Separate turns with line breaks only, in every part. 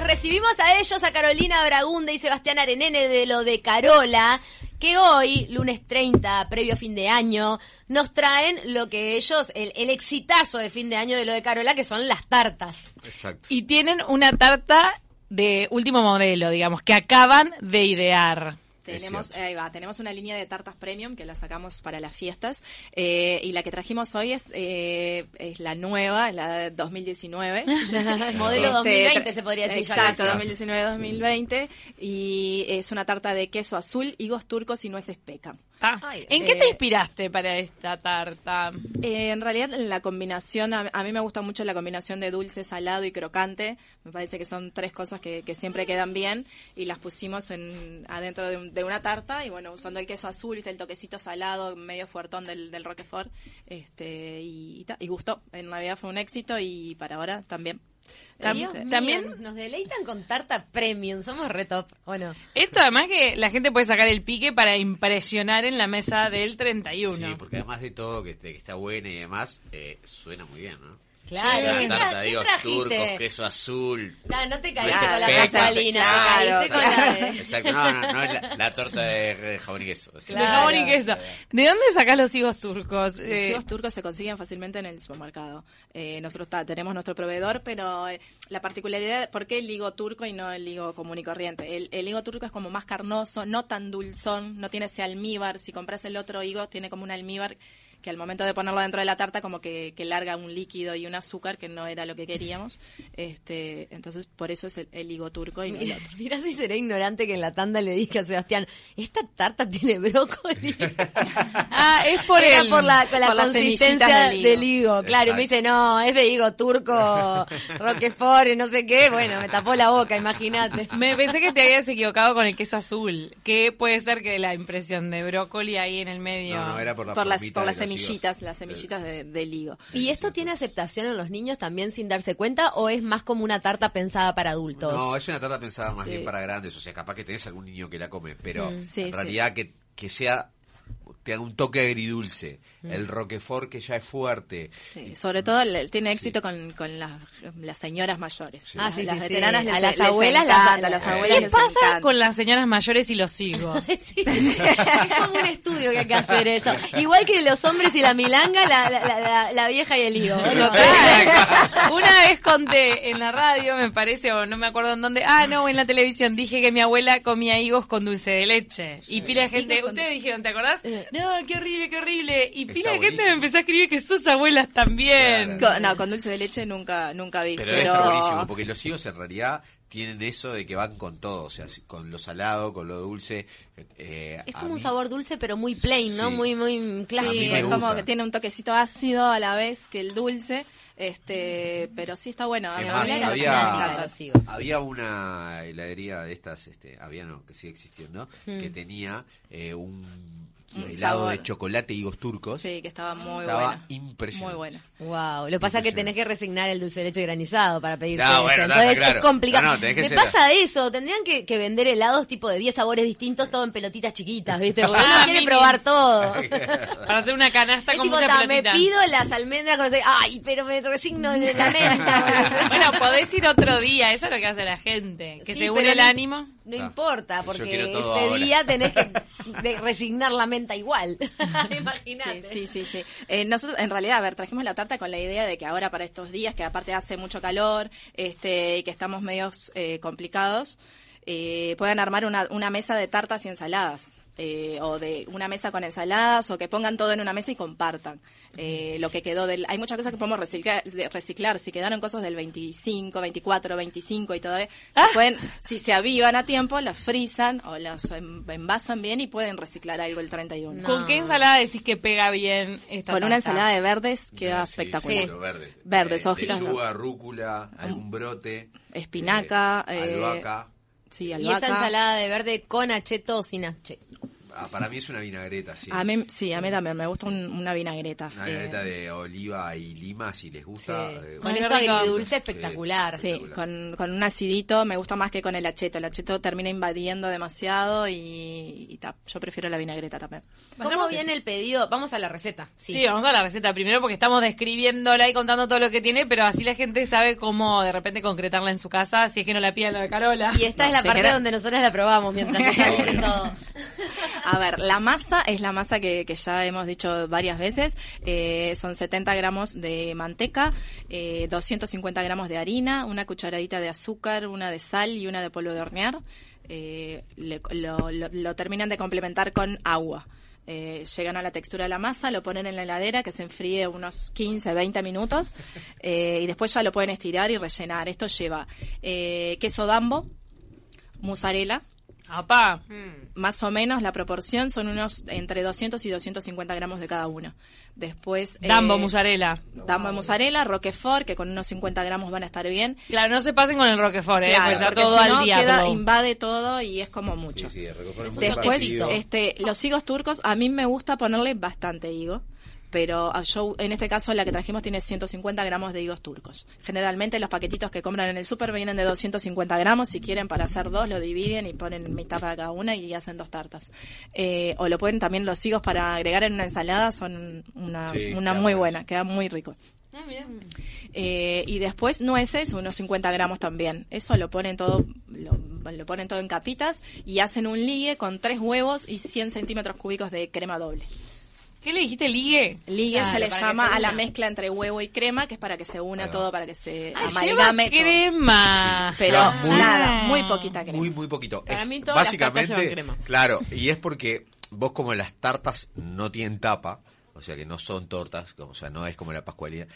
recibimos a ellos, a Carolina Bragunda y Sebastián Arenene de lo de Carola, que hoy, lunes 30, previo a fin de año, nos traen lo que ellos, el, el exitazo de fin de año de lo de Carola, que son las tartas.
Exacto.
Y tienen una tarta de último modelo, digamos, que acaban de idear.
Tenemos,
cierto.
ahí va, tenemos una línea de tartas premium que la sacamos para las fiestas eh, y la que trajimos hoy es, eh, es la nueva, es la de 2019.
Modelo
Este,
2020
tra-
se podría decir ya
Exacto,
casi.
2019-2020 y es una tarta de queso azul, higos turcos y nueces pecan.
Ah,
Ay,
¿En qué te
eh,
inspiraste para esta tarta?
Eh, en realidad la combinación, a, a mí me gusta mucho la combinación de dulce, salado y crocante. Me parece que son tres cosas que, que siempre quedan bien y las pusimos en, adentro de, un- de una tarta y bueno, usando el queso azul, ¿viste? el toquecito salado, medio fuertón del, del Roquefort. Este, y, ta- y gustó. En Navidad fue un éxito y para ahora también.
Tam-
Dios
Este,
mío,
también-
nos deleitan con tarta premium, somos re top, ¿o no?
Esto además que la gente puede sacar el pique para impresionar en la mesa del 31.
Sí, porque además de todo que, este- que está buena y demás, eh, suena muy bien, ¿no?
Claro,
Una
¿qué, tra-
tarta
qué
de higos turcos,
trajiste?
queso azul.
No, no te caíste
nueces
con la
pecas.
gasolina, te
claro,
caíste con la de-
Exacto, no, no, no es la, la torta de, de jabón y queso.
De
sino-
Claro.
jabón y queso. ¿De dónde sacás los higos turcos?
Los
Eh,
higos turcos se consiguen fácilmente en el supermercado. Eh, nosotros ta- tenemos nuestro proveedor, pero eh, la particularidad, ¿por qué el higo turco y no el higo común y corriente? El, el higo turco es como más carnoso, no tan dulzón, no tiene ese almíbar. Si compras el otro higo, tiene como un almíbar que al momento de ponerlo dentro de la tarta como que, que larga un líquido y un azúcar que no era lo que queríamos. Este, entonces, por eso es el, el higo turco y no el
Mira,
otro.
Mirá si seré ignorante que en la tanda le dije a Sebastián, esta tarta tiene brócoli.
Ah, es por
Era
el-
por la, con la
por las
consistencia
semillitas del
del higo.
higo.
Claro, y me dice, no, es de higo turco, roquefort, y no sé qué. Bueno, me tapó la boca, imagínate.
Me pensé que te habías equivocado con el queso azul, que puede ser que la impresión de brócoli ahí en el medio.
No, no, era por la
Por las,
formita
por
de
las
los higos.
semillitas, las semillitas de- del higo.
¿Y esto tiene aceptación en los niños también sin darse cuenta o es más como una tarta pensada para adultos?
Eh, No, es una tarta pensada más
Sí.
bien para grandes. O sea, capaz que tenés algún niño que la come, pero
Mm,
Sí,
en
sí.
realidad que, que sea te haga un toque agridulce.
Mm.
El roquefort que ya es fuerte.
Sí,
mm,
sobre todo el- el- tiene éxito con, con las, las señoras mayores.
Sí. Eh,
Ah, sí,
las
sí, sí.
veteranas les-
A las
les
abuelas las-
encanta, a las
¿Qué
abuelas
¿Qué
les
pasa
encanta.
con las señoras mayores y los higos?
Sí, es como un estudio que hay que hacer eso. Igual que los hombres y la milanga, la, la- la- la- la vieja y el higo. Bueno,
Total. Una vez conté en la radio, me parece, o no me acuerdo en dónde, ah, no, en la televisión, dije que mi abuela comía higos con dulce de leche. Y pila de gente,
Higos con Eh.
ustedes dijeron, ¿te acordás? No, qué horrible, qué horrible. Y
Está
pila de gente me
buenísimo.
empezó a escribir que sus abuelas también.
Claro.
Con- no, con dulce de leche nunca, nunca vi.
Eh, Pero debe estar buenísimo, porque los higos en realidad tienen eso de que van con todo. O sea, si- con lo salado, con lo dulce. eh,
Es
a
como un
mí-
sabor dulce, pero muy plain, ¿no?
Sí.
Muy, muy clásico.
mí
Sí,
me
es
gusta.
como que tiene un toquecito ácido a la vez que el dulce, este, pero sí está bueno. A
Es
mí-
más,
a mí me
había,
encanta.
los higos.
había una heladería de estas, este, había no, que sigue existiendo, que tenía eh, un,
Mm. Un
helado
sabor.
de chocolate y higos turcos.
Sí, que estaba muy
Estaba
buena.
impresionante.
Muy buena.
Wow, lo que pasa es que tenés que resignar el dulce de leche granizado para pedirte
No,
eso.
Ah, bueno, está,
Entonces
claro.
es complicado.
No, no, tenés que
Me
ser-
pasa eso, tendrían que, que vender helados tipo de 10 sabores distintos, todo en pelotitas chiquitas, ¿viste? Porque
Ah,
uno quiere
mini.
probar todo.
Para hacer una canasta
Es
con
tipo,
mucha
ta, me
pelotita.
pido las almendras con... Ay, pero me resigno en la menta.
Bueno, podés ir otro día, eso es lo que hace la gente, que
Sí,
según
pero
el
no-
ánimo.
No
Ah,
importa,
yo
porque
quiero
ese
todo ahora.
día tenés que de- resignar la menta igual. Imagínate.
Sí, sí, sí. sí. Eh, nosotros, en realidad, a ver, trajimos la tarta con la idea de que ahora para estos días, que aparte hace mucho calor este, y que estamos medios eh, complicados, eh, puedan armar una, una mesa de tartas y ensaladas. eh, o de una mesa con ensaladas o que pongan todo en una mesa y compartan eh, lo que quedó del hay muchas cosas que podemos reciclar, de- reciclar. si quedaron cosas del 25 24 25 y todavía se pueden si se avivan a tiempo las frisan o las en- envasan bien y pueden reciclar algo el 31
¿Con qué ensalada decís que pega bien esta
con
tarta?
una ensalada de verdes queda
Ah, sí,
espectacular.
seguro, verde.
Verdes,
Eh,
hojitas,
de
¿no?
yuga, rúcula, algún brote.
Espinaca,
eh,
eh,
albahaca.
Sí,
Y esa
albahaca.
ensalada de verde con acheto o sin acheto.
ah, para mí es una vinagreta, sí.
A mí, sí, a mí también me gusta un- una vinagreta.
Una
eh,
vinagreta de oliva y lima, si les gusta.
Sí.
eh,
Con
Muy
esto
rico.
agridulce
Sí.
espectacular.
Sí,
Espectacular.
con, con un acidito me gusta más que con el acheto. El acheto termina invadiendo demasiado y, y ta, yo prefiero la vinagreta también.
¿Cómo viene el pedido? Vamos a la receta.
Sí. vamos a la receta primero porque estamos describiéndola y contando todo lo que tiene, pero así la gente sabe cómo de repente concretarla en su casa, si es que no la piden la de Carola.
Y esta
No
es la
sé,
parte
era-
donde nosotros la probamos mientras ustedes dicen todo.
A ver, la masa es la masa que, que ya hemos dicho varias veces. Eh, son 70 gramos de manteca, eh, 250 gramos de harina, una cucharadita de azúcar, una de sal y una de polvo de hornear. Eh, le- lo, lo- lo terminan de complementar con agua. Eh, llegan a la textura de la masa, lo ponen en la heladera que se enfríe unos 15, 20 minutos eh, y después ya lo pueden estirar y rellenar. Esto lleva eh, queso dambo, mozzarella,
Apá.
Mm. más o menos la proporción son unos entre 200 y 250 gramos de cada uno. Después. eh,
Dambo, mozzarella.
Dambo de mozzarella, Roquefort, que con unos 50 gramos van a estar bien.
Claro, no se pasen con el Roquefort, eh,
Claro,
pues a
porque
todo
si
al
no,
diablo.
queda- invade todo y es como mucho.
Sí, sí, de recoger
Es
un
un
Después,
toquecito.
vacío.
este, los higos turcos, a mí me gusta ponerle bastante higo. Pero a- yo, en este caso, la que trajimos tiene 150 gramos de higos turcos. Generalmente, los paquetitos que compran en el súper vienen de 250 gramos. Si quieren, para hacer dos, lo dividen y ponen mitad para cada una y hacen dos tartas. Eh, o lo pueden también los higos para agregar en una ensalada, son una,
Sí,
Ah, una
queda
muy
bueno.
buena, queda muy rico.
Ah, mira.
Eh, y después nueces, unos 50 gramos también. Eso lo ponen todo, lo, lo ponen todo en capitas y hacen un ligue con tres huevos y 100 centímetros cúbicos de crema doble.
¿Qué le dijiste, ligue?
Ligue
Claro,
se le
Ah, para que
llama
se
a la
una.
mezcla entre huevo y crema, que es para que se una
Ahí va.
todo, para que se
Ah, lleva
amalgame todo.
crema.
Pero
Lleva muy-
Ah.
nada, muy poquita crema.
Muy, muy poquito.
Para
Es-
mí todas las tartas llevan crema.
Claro, y es porque vos como las tartas no tienen tapa, o sea que no son tortas, como- o sea, no es como la pascualidad.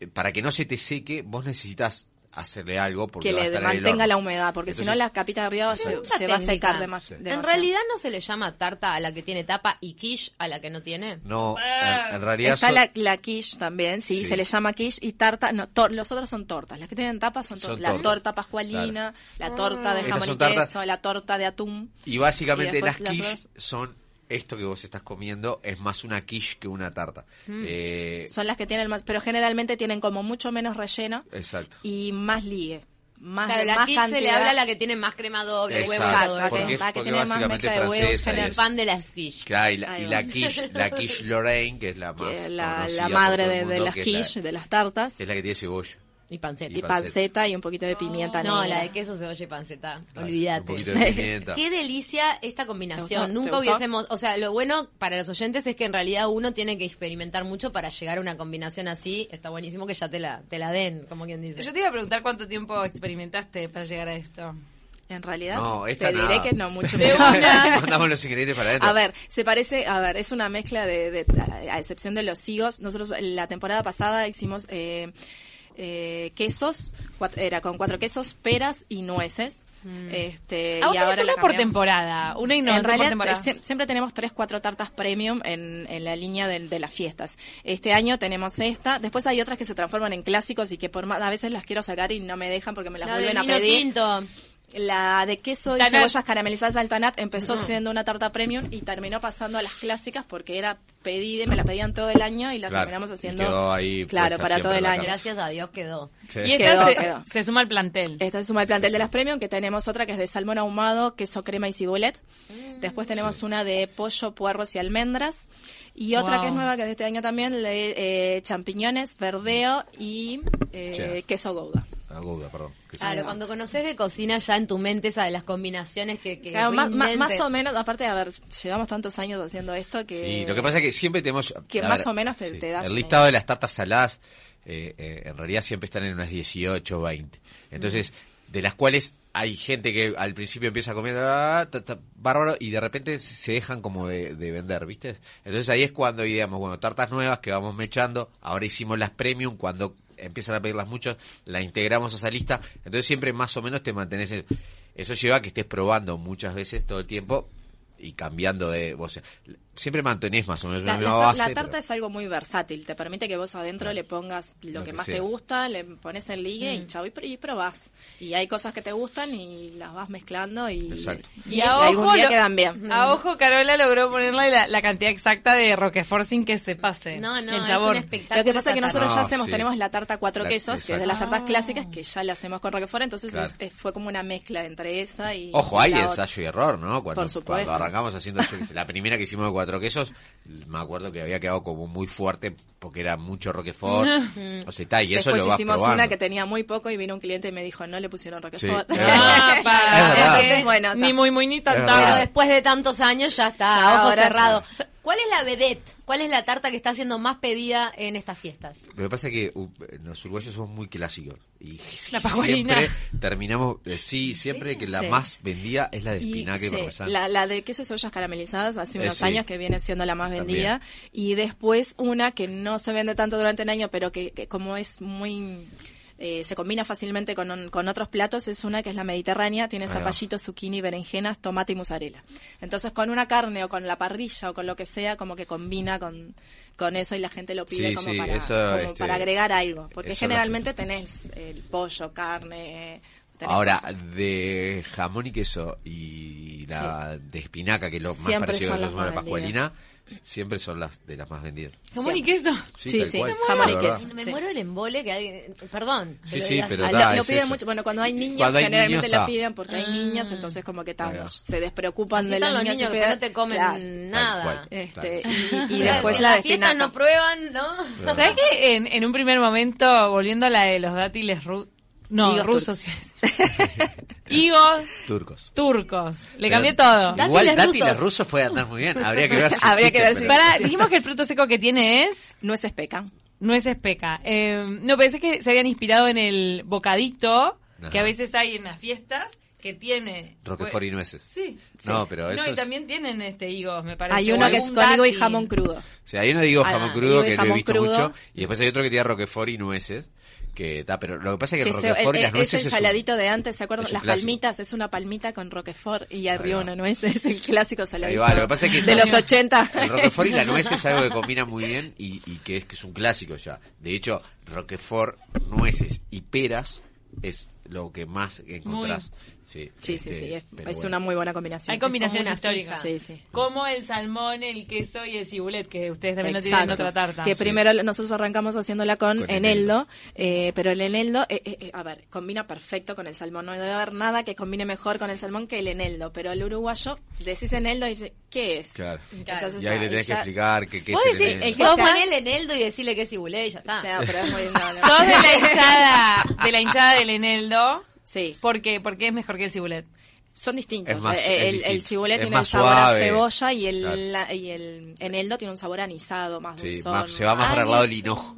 eh, Para que no se te seque, vos necesitas hacerle algo porque
que
va a
le
estar en el
mantenga
horno.
la humedad, porque si no
Entonces,
la capita de arriba se,
Pregunta
se va a
técnica.
secar de más.
En realidad no se le llama tarta a la que tiene tapa y quiche a la que no tiene.
No, en, en realidad
Está
son,
la, la quiche también, sí,
Sí.
se le llama quiche y tarta, no, tor- los otros son tortas, las que tienen tapa son,
Son
tortas, la
tortas.
torta pascualina, la torta de
Estas
jamón y
son tartas.
queso, la torta de atún.
y básicamente
y
las
después las
quiche
otras-
son esto que vos estás comiendo es más una quiche que una tarta. Eh,
Mm. Son las que tienen más, pero generalmente tienen como mucho menos relleno
exacto.
y más ligue, más,
Claro, la
Ah, más
quiche
cantidad.
se le habla a la que tiene más crema doble, huevo,
Exacto,
todo eso.
porque es
la que
porque
tiene más
básicamente
mezcla de huevos,
francesa y
Soy
Claro.
el
es-
fan de las quiche.
Claro, y la,
Ahí
y
va.
la quiche, la quiche Lorraine, que es la más
que la,
conocida
la
por
madre
todo el
de, de
mundo,
las
que es
quiche,
la-
de las tartas,
Es la que tiene cebolla.
Y panceta.
y
y panceta.
panceta y un poquito de pimienta
No,
negra.
la de queso, cebolla y panceta.
Claro,
Olvídate.
Un poquito de pimienta.
Qué delicia esta
¿Te gustó?
combinación.
¿Te
Nunca
gustó?
hubiésemos, o sea, lo bueno para los oyentes es que en realidad uno tiene que experimentar mucho para llegar a una combinación así. Está buenísimo que ya te la, te la den, como quien dice.
Yo te iba a preguntar cuánto tiempo experimentaste para llegar a esto.
En realidad,
No,
te
esta
diré
nada.
que no
De
mucho.
una.
Mandamos los ingredientes para adentro.
A ver, se parece, a ver, es una mezcla de, de- a a excepción de los higos. Nosotros la temporada pasada hicimos eh, eh, quesos, cuat- era con cuatro quesos, peras y nueces. Este,
Mm. A
y
vos
ahora
tenés
la
una por
cambiamos.
temporada, una y no
en realidad
por temporada.
sie- siempre tenemos tres, cuatro tartas premium en, en la línea de, de las fiestas. Este año tenemos esta, después hay otras que se transforman en clásicos y que por más, a veces las quiero sacar y no me dejan porque me las
La del
vuelven a
vino
pedir.
tinto.
La de queso y
Tanat.
cebollas caramelizadas al Tanat empezó siendo una tarta premium y terminó pasando a las clásicas porque era pedida, me la pedían todo el año y la
Claro,
terminamos
y
haciendo.
quedó ahí
claro,
puesta
para todo
siempre
el
la
año.
tarta.
Gracias a Dios quedó.
Sí.
Y esta
Quedó,
se,
quedó.
se suma al plantel.
Esta se suma al plantel de las premium que tenemos otra que es de salmón ahumado, queso crema y cibulet. Después tenemos una de pollo, puerros y almendras. Y otra
Wow.
que es nueva, que es de este año también, de eh, champiñones, verdeo y eh,
Cheddar.
queso gouda.
Ah, Gouda, perdón. Que sí.
Claro, cuando conoces de cocina ya en tu mente esa de las combinaciones que, que
Claro, más, más-
rinden,
más
te-
o menos, aparte de haber, llevamos tantos años haciendo esto que...
Sí, lo que pasa es que siempre tenemos...
Que
a
más o menos te- te das
El
una
listado de las tartas saladas, eh, eh, en realidad siempre están en unas 18 o 20. Entonces,
Mm.
de las cuales hay gente que al principio empieza comiendo ah, ta, ta, bárbaro y de repente se dejan como de, de vender, ¿viste? Entonces ahí es cuando ideamos, bueno, tartas nuevas que vamos mechando, ahora hicimos las premium, cuando empiezan a pedirlas muchos, la integramos a esa lista, entonces siempre más o menos te mantenés... en- Eso lleva a que estés probando muchas veces todo el tiempo y cambiando de voz. siempre mantenés más o menos la,
La, la
misma
tar- la
base.
tarta
pero-
es algo muy versátil, te permite que vos adentro le pongas lo,
Lo
que,
que
más te
sea.
gusta, le pones en ligue
Mm.
y chau, y, pr- y probás. Y hay cosas que te gustan y las vas mezclando y,
Exacto.
y
Y a
algún
ojo
día
lo-
quedan bien. Mm.
A ojo, Carola logró ponerle la, la cantidad exacta de Roquefort sin que se pase
No, no,
el
es
sabor.
un espectáculo.
Lo que pasa es que
esa
nosotros ya
Ah,
hacemos,
sí.
tenemos la tarta cuatro
La-
quesos, que es de las
exacto.
tartas clásicas, que ya la hacemos con Roquefort, entonces
Claro.
es- es- fue como una mezcla entre esa y...
Ojo,
y
hay
la otra.
ensayo y error, ¿no? Cuando,
Por supuesto.
cuando arrancamos haciendo yo qué sé, la primera que hicimos de cuatro quesos, me acuerdo que había quedado como muy fuerte porque era mucho Roquefort. o sea, está, y eso
Después
lo vas
hicimos
probando.
una que tenía muy poco y vino un cliente y me dijo, no le pusieron Roquefort.
Sí, es
Ah,
verdad.
pa.
Es verdad.
Entonces, bueno,
ni
ta.
muy, muy, ni tan,
Es
tan.
Pero
verdad.
después de tantos años ya está,
Ya,
a ojo
ahora
cerrado. ¿Cuál es la vedette? ¿Cuál es la tarta que está siendo más pedida en estas fiestas?
Lo que pasa es que uh, los uruguayos somos muy clásicos. Y
La pajuelina.
siempre terminamos, eh, sí, siempre que la
Sí.
más vendida es la de
Y,
espinaca y
sí,
parmesano.
la, la de queso y cebollas caramelizadas hace
Eh,
unos
sí.
años que viene siendo la más
También.
vendida. Y después una que no se vende tanto durante el año, pero que, que como es muy... eh, se combina fácilmente con, un- con otros platos, es una que es la mediterránea, tiene
Ahí va.
zapallito, zucchini, berenjenas, tomate y mozzarella. Entonces con una carne o con la parrilla o con lo que sea, como que combina con, con eso y la gente lo pide
Sí,
como,
sí,
para,
eso,
como
este,
para agregar algo. Porque
eso lo-
generalmente tenés el pollo, carne... eh, tenés
Ahora,
cosas.
de jamón y queso y la de espinaca, que es lo más
Siempre
parecido
son
a
las
la
más
pascualina, siempre son las de las más vendidas.
Jamón y queso.
Sí,
tal
sí,
cual,
jamón
la
y
verdad.
queso.
Me
Sí.
muero el embole que alguien... Perdón. que
Sí,
lo
sí,
digas.
pero
Ah,
Al-
lo-
da,
lo,
es
piden
eso.
mucho. Bueno, cuando hay niños,
Cuando hay
generalmente
niños,
lo
ta.
piden porque hay niños, entonces como que ta,
Ahí va.
los- se
Ah.
despreocupan
Así
de
están
los
los niños
niños. y
que
piden-
no te comen
Claro.
nada.
cual.
Este,
Tal.
y, y
Y
Claro.
después
en
la
la
de
fiesta
espinaca.
no prueban, ¿no?
¿Sabes que en, en un primer momento, volviendo a la de los dátiles ru- no,
Higos
rusos, higos
Turcos.
turcos, le
Pero-
cambié todo.
Dátiles
Igual dátiles
rusos.
rusos puede andar muy bien. Habría que ver si
Habría
existe,
que ver si-
pero-
Para, dijimos que el fruto seco que tiene es
Nueces pecan.
nueces peca. Eh, no, pensé que se habían inspirado en el bocadito que
Ajá.
a veces hay en las fiestas que tiene... Pues,
Roquefort y nueces.
Sí.
No,
Sí.
pero eso
No, y
es-
también tienen este higos, me parece.
Hay
o
uno que es
algún
con higo y
dátil.
jamón crudo.
O sea, hay uno digo
Ah,
jamón
digo
crudo,
de
que lo
jamón
he visto
crudo.
mucho. Y después hay otro que tiene Roquefort y nueces. Que está, pero lo que pasa es que
Que
el
se- eh,
Roquefort y
el-
las
el-
nueces
ese
es un-
ensaladito de antes, ¿se acuerdan?
es un
Las
clásico.
palmitas, es una palmita con roquefort y arriba
va.
una nuez. Es el clásico
Ahí
saladito.
va, lo que pasa es que
de los 80.
El Roquefort y la nuez es algo que combina muy bien y, y que es que es un clásico ya. De hecho, Roquefort, nueces y peras es lo que más encontrás. Sí,
Sí, sí,
este,
sí. Es,
pero
es
bueno.
una muy buena combinación.
Hay combinaciones
Es como una
históricas.
fija. Sí, sí.
Como el salmón, el queso y el cibulet, que ustedes también lo tienen en
Exacto.
otra tarta.
Que primero nosotros arrancamos haciéndola con,
Con
eneldo, eh, pero el eneldo, eh, eh, eh, a ver, combina perfecto con el salmón. No debe haber nada que combine mejor con el salmón que el eneldo, pero el uruguayo decís eneldo y dice, ¿qué es?
Claro.
Entonces,
Y ahí
ya-
le tenés que
ya-
explicar que qué es
Vos
el
decís,
eneldo.
el
que sea-
ponele eneldo y decirle que es cibulé y ya está.
No, Ah, pero es muy- no, no.
Sos de la hinchada, de la hinchada del eneldo.
Sí,
¿Por qué? Porque es mejor que el cibulet.
son distintos.
Es más-
Eh,
es
el, el
distinto.
cibulet
Es
tiene
más
el sabor a
suave.
cebolla y el,
Claro.
la- y el eneldo tiene un sabor anisado, más
Sí,
dulzón.
más- se va más para el lado del hinojo.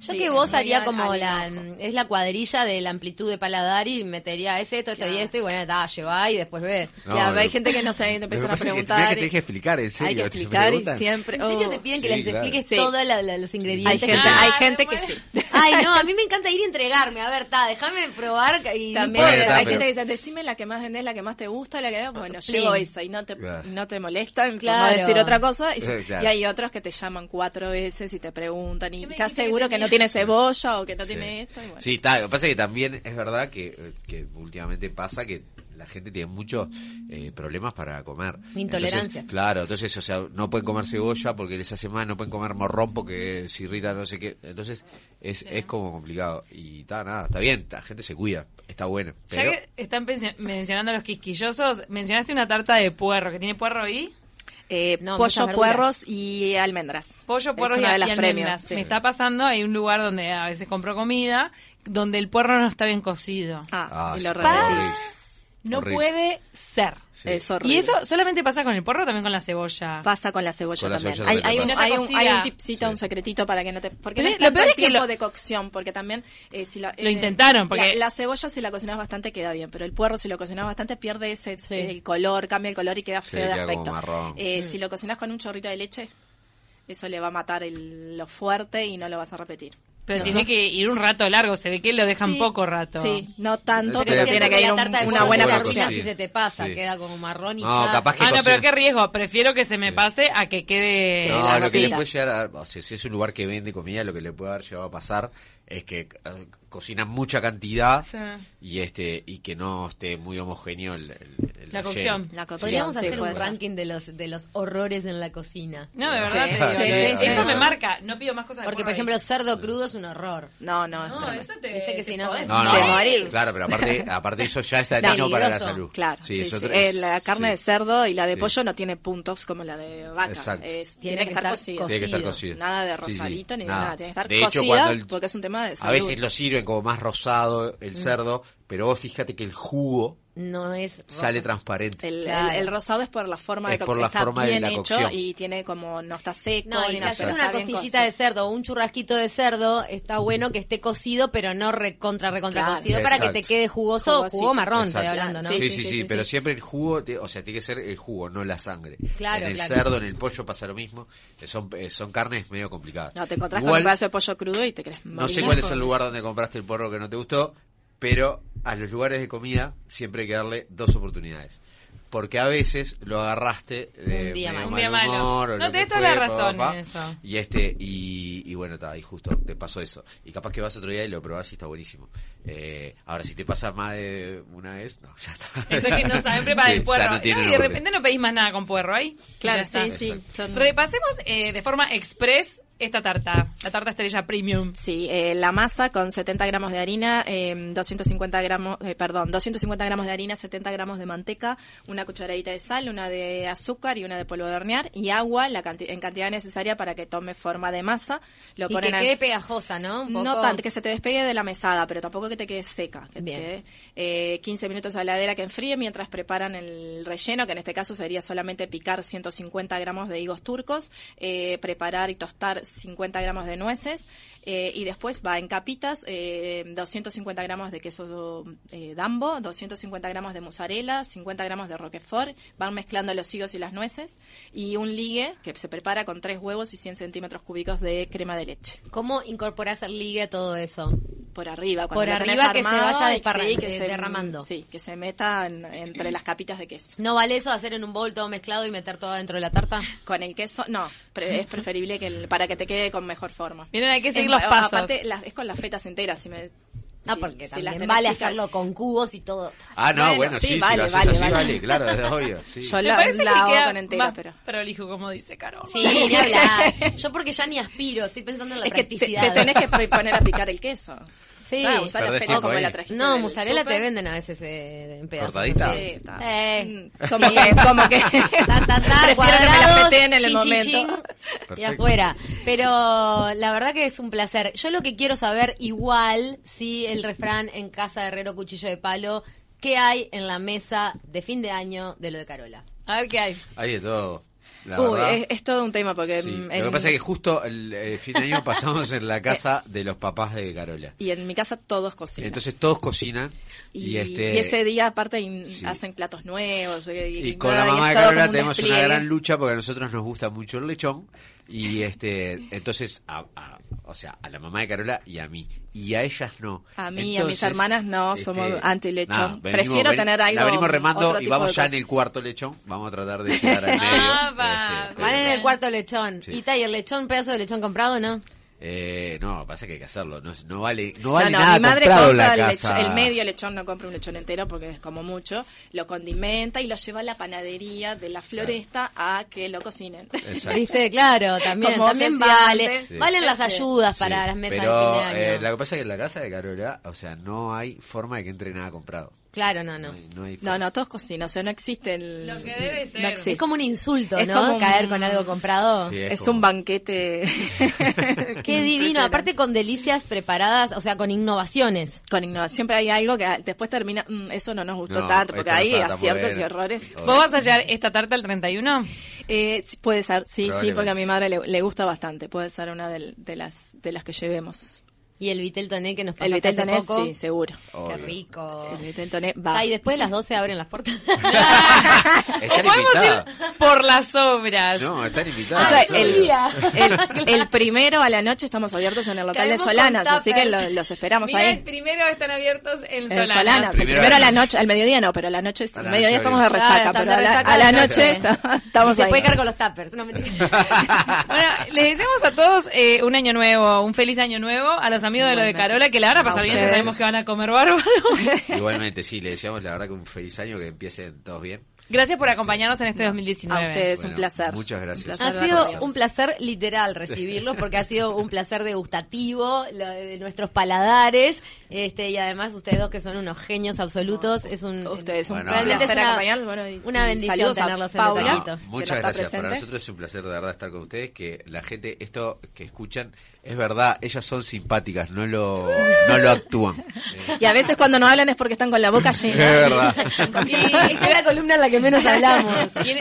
Yo
Sí,
que vos
en
haría
realidad,
como
al
la
hinojo.
es la cuadrilla de la amplitud de paladar y metería ese, esto, esto y
Claro.
esto y bueno, da, llevá y después ves.
No,
Claro, hay
lo-
gente que no se
Lo que
empiezan a
pasa es que
preguntar.
mirá que
y-
tenés que explicar, en serio.
Hay que
te
explicar y
preguntan.
siempre.
¿En serio
oh.
te piden que
Sí,
les
claro.
expliques
Sí.
todos la- la- los
Hay
ingredientes?
gente,
que
hay
Ah,
gente
me
que
muero.
sí.
Ay, no, a mí me encanta ir y entregarme. A ver, ta, déjame probar y
También
Bueno,
hay
está,
gente
pero-
que dice, decime la que más vendés, la que más te gusta, la que bueno,
Plin.
llevo esa y no te,
Claro.
no te molestan,
Claro.
por no decir otra cosa. Y,
Eh, claro.
y hay otros que te llaman cuatro veces y te preguntan, y
¿Qué me
estás
dijiste que
seguro que, no tiene
tenías?
cebolla o que no
Sí.
tiene esto. Y bueno.
Sí, está. Lo que pasa es que también es verdad que, eh, que últimamente pasa que la gente tiene muchos eh, problemas para comer.
Intolerancias.
Entonces, claro, entonces, o sea, no pueden comer cebolla porque les hace mal, no pueden comer morrón porque se irrita, no sé qué. Entonces, es, es como complicado. Y está, nada, está bien, la gente se cuida, está bueno.
Ya
Pero
que están pensi- mencionando los quisquillosos, mencionaste una tarta de puerro, que tiene puerro y
Eh,
No, muchas
pollo,
verduras.
puerros y almendras.
pollo,
Es
puerro y,
una de
y
las
almendras.
premios. sí.
Me está pasando, hay un lugar donde a veces compro comida, donde el puerro no está bien cocido.
Ah,
Ah,
y
sí,
lo
horrible.
repetís. Eh,
no
horrible.
puede ser.
sí.
Es horrible.
Y eso solamente pasa con el puerro, también con la cebolla.
pasa con la cebolla
Con la
también.
cebolla
hay, hay
también
un,
Ah. pasa.
hay,
No se
un, hay un
cocina.
tipcito,
Sí.
un secretito para que no te... Porque
Pero
no es
lo
tanto
peor
el
es que
tiempo
lo-
de cocción, porque también eh, si la-
Lo intentaron, porque-
La, la cebolla si la cocinas bastante queda bien, pero el puerro si lo cocinas bastante pierde ese
Sí.
el color, cambia el color y queda
Sí,
feo de
queda como
aspecto.
marrón.
Eh,
Mm.
Si lo cocinas con un chorrito de leche, eso le va a matar el- lo fuerte y no lo vas a repetir.
Pero tiene que ir un rato largo, se ve que lo dejan
Sí.
poco rato.
Sí, no tanto,
Pero
pero
siento
Siento
tiene que ir
la
un-
tarta de
una buena
huevo
cocina
se
cocina.
cocina.
si se te pasa,
Sí.
queda como marrón y
No,
chapa.
capaz que
Ah, no, pero
cocina.
qué riesgo. Prefiero que se me pase a que quede.
Sí,
No,
las
lo que le
cositas.
puede llegar a- o sea, si es un lugar que vende comida, lo que le puede haber llegado a pasar es que eh, cocinan mucha cantidad
Sí.
y este y que no esté muy homogéneo el, el- el relleno.
La cocción.
La cocción,
Podríamos
sí,
hacer
puede
un
ser.
ranking de los, de los horrores en la cocina.
No, de verdad
Sí,
te digo.
sí,
eh,
sí,
eso
sí.
me marca. No pido más cosas de
Porque, por
ahí.
ejemplo, cerdo crudo es un horror.
No, no, es
No,
tremendo.
eso te.
Viste que
te
si no-
podés-
No, no,
Te morís.
claro, pero aparte, aparte eso ya está dañino
Peligroso.
para la salud.
Claro, sí,
es
sí.
otro-
Eh, la carne
sí.
de cerdo y la de
Sí.
pollo no tiene puntos como la de vaca.
Exacto.
Es-
Tiene
tiene,
que
que estar
estar
cocida.
Tiene que estar
cocido.
cocida.
Nada de
Sí, sí,
rosadito ni nada. Tiene que estar
De hecho,
cocida
cuando el-
porque es un Mm. tema de
A
salud.
veces lo sirven como más rosado el cerdo, pero vos fíjate que el jugo
No es. rojo.
sale transparente.
El,
Claro.
el- el rosado es por la forma de
Es por la
cocción. Está
forma de
bien
la
hecho
cocción.
y tiene como no está seco.
No, y
ni
si
nada,
haces
pero
una
está bien
costillita de
cocido.
cerdo o un churrasquito de cerdo, está bueno que esté cocido, pero no recontra, recontra
Claro.
cocido, para que
Exacto.
te quede jugoso,
Jugosito.
jugo marrón, estoy
Exacto.
hablando, ¿no?
Sí, sí, sí,
Sí, sí, sí,
pero
sí.
siempre el jugo, te- o sea, tiene que ser el jugo, no la sangre.
Claro,
en el
claro.
cerdo, en el pollo pasa lo mismo. eh, Son, eh, son carnes medio complicadas.
No, te encontrás con
Igual,
un pedazo de pollo crudo y te crees
No sé cuál es el lugar donde compraste el porro que no te gustó, pero a los lugares de comida siempre hay que darle dos oportunidades. Porque a veces lo agarraste de
Un día
medio
malo.
Un día
mal
malo.
humor o
No,
lo que
tenés toda
fue,
la
pa,
razón
pa,
en eso.
Y este y, y bueno, está ahí justo te pasó eso. Y capaz que vas otro día y lo probás y está buenísimo. Eh, ahora si te pasa más de una vez, no, ya está.
Eso que no saben preparar
Sí,
el
ya
puerro.
no tiene
No, y de
nombre.
repente no pedís más nada con puerro ahí.
Claro,
Ya está.
sí, sí.
Exacto.
Son-
Repasemos eh, de forma express esta tarta, la tarta estrella premium.
Sí, eh, la masa con 70 gramos de harina, eh, 250 gramos, eh, perdón, 250 gramos de harina, 70 gramos de manteca, una cucharadita de sal, una de azúcar y una de polvo de hornear y agua la canti- en cantidad necesaria para que tome forma de masa. Lo
Y que
ponen al-
quede pegajosa, ¿no? Un
no
poco.
tanto, que se te despegue de la mesada, pero tampoco que te quede seca. Que te
Bien.
quede, eh, 15 minutos a la heladera que enfríe mientras preparan el relleno, que en este caso sería solamente picar 150 gramos de higos turcos, eh, preparar y tostar 50 gramos de nueces, eh, y después va en capitas eh, 250 gramos de queso eh, dambo, 250 gramos de mozzarella, 50 gramos de roquefort, van mezclando los higos y las nueces, y un ligue que se prepara con tres huevos y 100 centímetros cúbicos de crema de leche
¿Cómo incorporás el ligue a todo eso?
por arriba cuando
Por
lo tenés
arriba que se
armado,
vaya
y
desparra-
sí,
de- derramando.
sí que se meta en- entre las capitas de queso
¿No vale eso hacer en un bol todo mezclado y meter todo dentro de la tarta?
con el queso no pre- es preferible que el- para que te quede con mejor forma
Miren, hay que seguir
Es-
los pasos.
aparte las- es con las fetas enteras si me
Ah,
si-
porque
si las
también
tenés
vale
picas.
hacerlo con cubos y todo.
Ah, no,
Bueno,
bueno, sí,
sí,
sí,
vale,
lo haces
vale,
así,
vale.
vale, claro, es obvio. Sí.
yo
Me
la,
parece que
la hago
queda
con entera
más
pero
prolijo, como dice Carol.
Sí, ni hablar. Yo porque ya ni aspiro, estoy pensando en la
es que te,
practicidad.
te tenés que pe- poner a picar el queso
Sí.
ya usar la
Perdés
feta
tiempo
como
ahí.
la trajiste
No,
del
mozzarella te
súper.
venden a veces eh, en pedazos.
Cortadita.
Sí, está.
Eh.
Mm, como que como que
Ta, ta, ta,
prefiero que me la
cuadrados,
feten en el
chin,
momento
chin, chin, y
Perfecto.
afuera. Pero la verdad que es un placer. Yo lo que quiero saber igual si el refrán en casa de Herrero Cuchillo de Palo, ¿qué hay en la mesa de fin de año de lo de Carola?
A ver qué hay.
Hay de todo. La
Uy,
verdad.
es, es todo un tema porque
Sí,
mm,
Lo que
en-
pasa es que justo el, eh, fin de año pasamos en la casa de los papás de Carola.
y en mi casa todos cocinan
Entonces todos cocinan y,
Y,
este
y ese día aparte in-
sí.
hacen platos nuevos. Y,
y
y
con
nada,
la
y es
mamá de
todo como
Carola
un
tenemos una
despliegue.
gran lucha porque a nosotros nos gusta mucho el lechón y este entonces a, a- o sea a la mamá de Carola y a mí y a ellas no
A mí y a mis
Entonces, este,
hermanas no, somos anti-lechón. Prefiero tener
la
algo,
venimos remando
otro
y
tipo
vamos
de
ya en
cosa.
el cuarto lechón vamos a tratar de llegar al medio
Ah, va.
este,
Van
pero-
en el cuarto lechón.
Sí.
Y ta, y el lechón, pedazo de lechón comprado, ¿no?
Eh, no, pasa que hay que hacerlo. No, no vale, no
No,
vale
no,
nada
mi madre
comprado
compra
en la
el,
casa.
lechón- el medio lechón, no compra un lechón entero porque es como mucho, lo condimenta y lo lleva a la panadería de la floresta a que lo cocinen.
Exacto.
Viste, claro, también,
Como
también
se hacía
vale.
antes.
Sí.
Valen las ayudas
Sí,
para las mesas
pero,
de fin de
eh,
año.
lo que pasa es que en la casa de Carola, o sea, no hay forma de que entre nada comprado.
Claro, no, no.
hay- no hay
No,
forma.
no, todos cocinan, o sea, no existe el...
Lo que debe ser.
No
Es
existe.
como un insulto,
Es
¿no?
como un-
Caer con algo comprado.
Sí,
es
como-
un banquete.
Qué divino, aparte con delicias preparadas, o sea, con innovaciones.
Con innovación, siempre hay algo que después termina, "Mm, eso no nos gustó
No,
tanto, porque
esto no
ahí
estaba tan
aciertos y
bueno.
errores.
¿Vos vas a llevar esta tarta al 31?
Eh, sí, puede ser, sí, sí,
Probablemente.
porque a mi madre le, le gusta bastante. Puede ser una del- de, las de las que llevemos.
Y el Vitel Toné que nos pasó
El Vitel
hace
Toné,
poco.
sí, seguro.
Qué
Obvio.
rico.
El Vitel Toné va.
Ah, y después de las 12 abren las puertas.
Están
o podemos
invitadas.
ir por las obras.
No, están
O
invitadas.
sea,
sí.
el,
día.
el- el primero a la noche estamos abiertos en el local
Caemos
de Solanas,
con
así que
tuppers.
lo- los esperamos
Mirá,
ahí.
primero están abiertos en
En
Solanas.
Solanas, el
Primero
primero a
a
la
la
noche, al mediodía no, pero a la noche,
A la
al
noche
mediodía estamos de
abrimos.
Claro,
resaca,
están
pero
de
a la,
resaca
a la
de
noche
noche.
está- estamos
y se
ahí.
puede caer con los tappers. No, mentira.
Bueno, les deseamos a todos eh, un año nuevo, un feliz año nuevo. A los amigos de lo de
Igualmente.
Carola, que la van a pasar
A
bien, ya
ustedes.
sabemos que van a comer bárbaro.
Igualmente, sí, le deseamos la verdad que un feliz año, que empiecen todos bien.
Gracias por acompañarnos en este 2019.
A ustedes, un
Bueno,
placer.
muchas gracias.
Un
Ha
placer verlos.
sido un placer literal recibirlos porque ha sido un placer degustativo lo de nuestros paladares este y además ustedes dos que son unos genios absolutos es un
Ustedes, un
Bueno,
realmente
placer
es una,
acompañarlos, bueno, y-
una
y
bendición
saludos a
tenerlos en
Paula.
el
No,
taquito.
que no
muchas
está
gracias. Para
presente.
nosotros es un placer de verdad estar con ustedes, que la gente, esto que escuchan, es verdad, ellas son simpáticas, no lo, no lo actúan. Eh,
Y a veces cuando no hablan es porque están con la boca
es
llena.
verdad.
Y-
Esta es la columna en la que menos hablamos
Y en-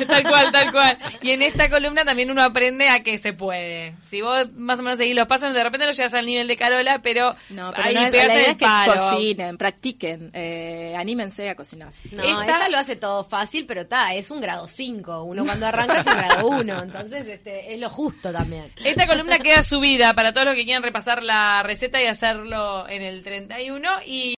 e- tal cual, tal cual. Y en esta columna también uno aprende a que se puede. Si vos más o menos seguís los pasos, de repente no llegas al nivel de Carola, pero,
No, pero
ahí
no es-
pegas
la
en
idea
el
es que
palo.
cocinen, practiquen, eh, anímense a cocinar.
no,
Esta-
ella lo hace todo fácil pero está es un grado 5 uno cuando arranca es un grado 1 entonces este es lo justo también
Esta columna queda subida para todos los que quieran repasar la receta y hacerlo en el 31 y